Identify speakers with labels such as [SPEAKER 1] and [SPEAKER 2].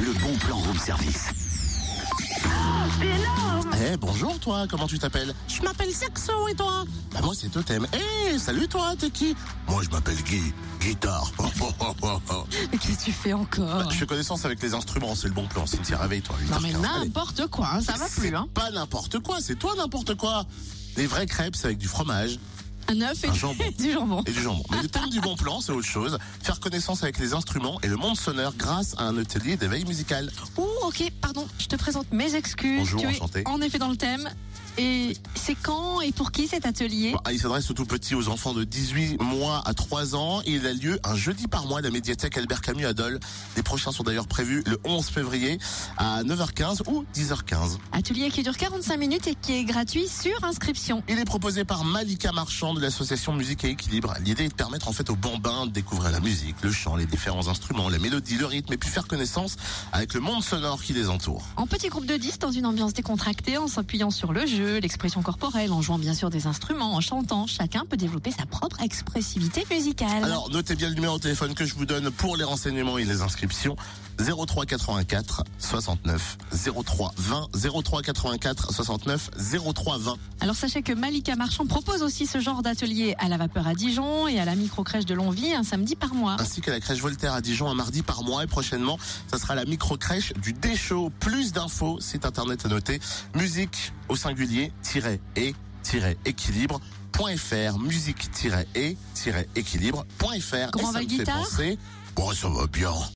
[SPEAKER 1] le bon plan room service.
[SPEAKER 2] Ah,
[SPEAKER 3] C'est énorme
[SPEAKER 1] Eh bonjour toi, comment tu t'appelles
[SPEAKER 2] Je m'appelle Saxo et toi
[SPEAKER 1] Bah moi c'est Totem. Eh salut toi, t'es qui Moi je m'appelle Guy, guitare.
[SPEAKER 2] Qu'est-ce que Ah, tu fais encore
[SPEAKER 1] je fais connaissance avec les instruments, c'est le bon plan. Cynthia, réveille-toi.
[SPEAKER 2] Non mais
[SPEAKER 1] 8h15, allez.
[SPEAKER 2] n'importe quoi, hein, ça va
[SPEAKER 1] C'est
[SPEAKER 2] plus. Hein.
[SPEAKER 1] Pas n'importe quoi, c'est toi n'importe quoi. Des vraies crêpes c'est avec du fromage
[SPEAKER 2] Un œuf
[SPEAKER 1] Un jambon.
[SPEAKER 2] et du jambon.
[SPEAKER 1] et du jambon. Mais le thème du bon plan, c'est autre chose. Faire connaissance avec les instruments et le monde sonore grâce à un atelier d'éveil musical.
[SPEAKER 2] Ouh, ok, pardon, je te présente mes excuses.
[SPEAKER 1] Bonjour,
[SPEAKER 2] tu es
[SPEAKER 1] enchanté.
[SPEAKER 2] en effet dans le thème. Et c'est quand et pour qui cet atelier
[SPEAKER 1] Bon, Il s'adresse aux tout petits, aux enfants de 18 mois à 3 ans. Et il a lieu un jeudi par mois à la médiathèque Albert Camus à Dole. Les prochains sont d'ailleurs prévus le 11 février à 9h15 ou 10h15.
[SPEAKER 2] Atelier qui dure 45 minutes et qui est gratuit sur inscription.
[SPEAKER 1] Il est proposé par Malika Marchand de l'association Musique et Équilibre. L'idée est de permettre en fait aux bambins de découvrir la musique, le chant, les différents instruments, la mélodie, le rythme et puis faire connaissance avec le monde sonore qui les entoure.
[SPEAKER 2] En petit groupe de 10, dans une ambiance décontractée, en s'appuyant sur le jeu, l'expression corporelle, en jouant bien sûr des instruments, en chantant, chacun peut développer sa propre expressivité musicale.
[SPEAKER 1] Alors notez bien le numéro de téléphone que je vous donne pour les renseignements et les inscriptions. 03 84 69 03 20 03 84 69 03 20.
[SPEAKER 2] Alors sachez que Malika Marchand propose aussi ce genre d'atelier à la vapeur à Dijon et à la micro-crèche de Longwy un samedi par mois.
[SPEAKER 1] ainsi qu'à la crèche Voltaire à Dijon un mardi par mois et prochainement ça sera la micro-crèche du Deschaux. Plus d'infos, site internet à noter, musique au singulier et équilibre.fr musique et équilibre.fr
[SPEAKER 2] Comment va le guitare
[SPEAKER 1] Bon, ça va bien.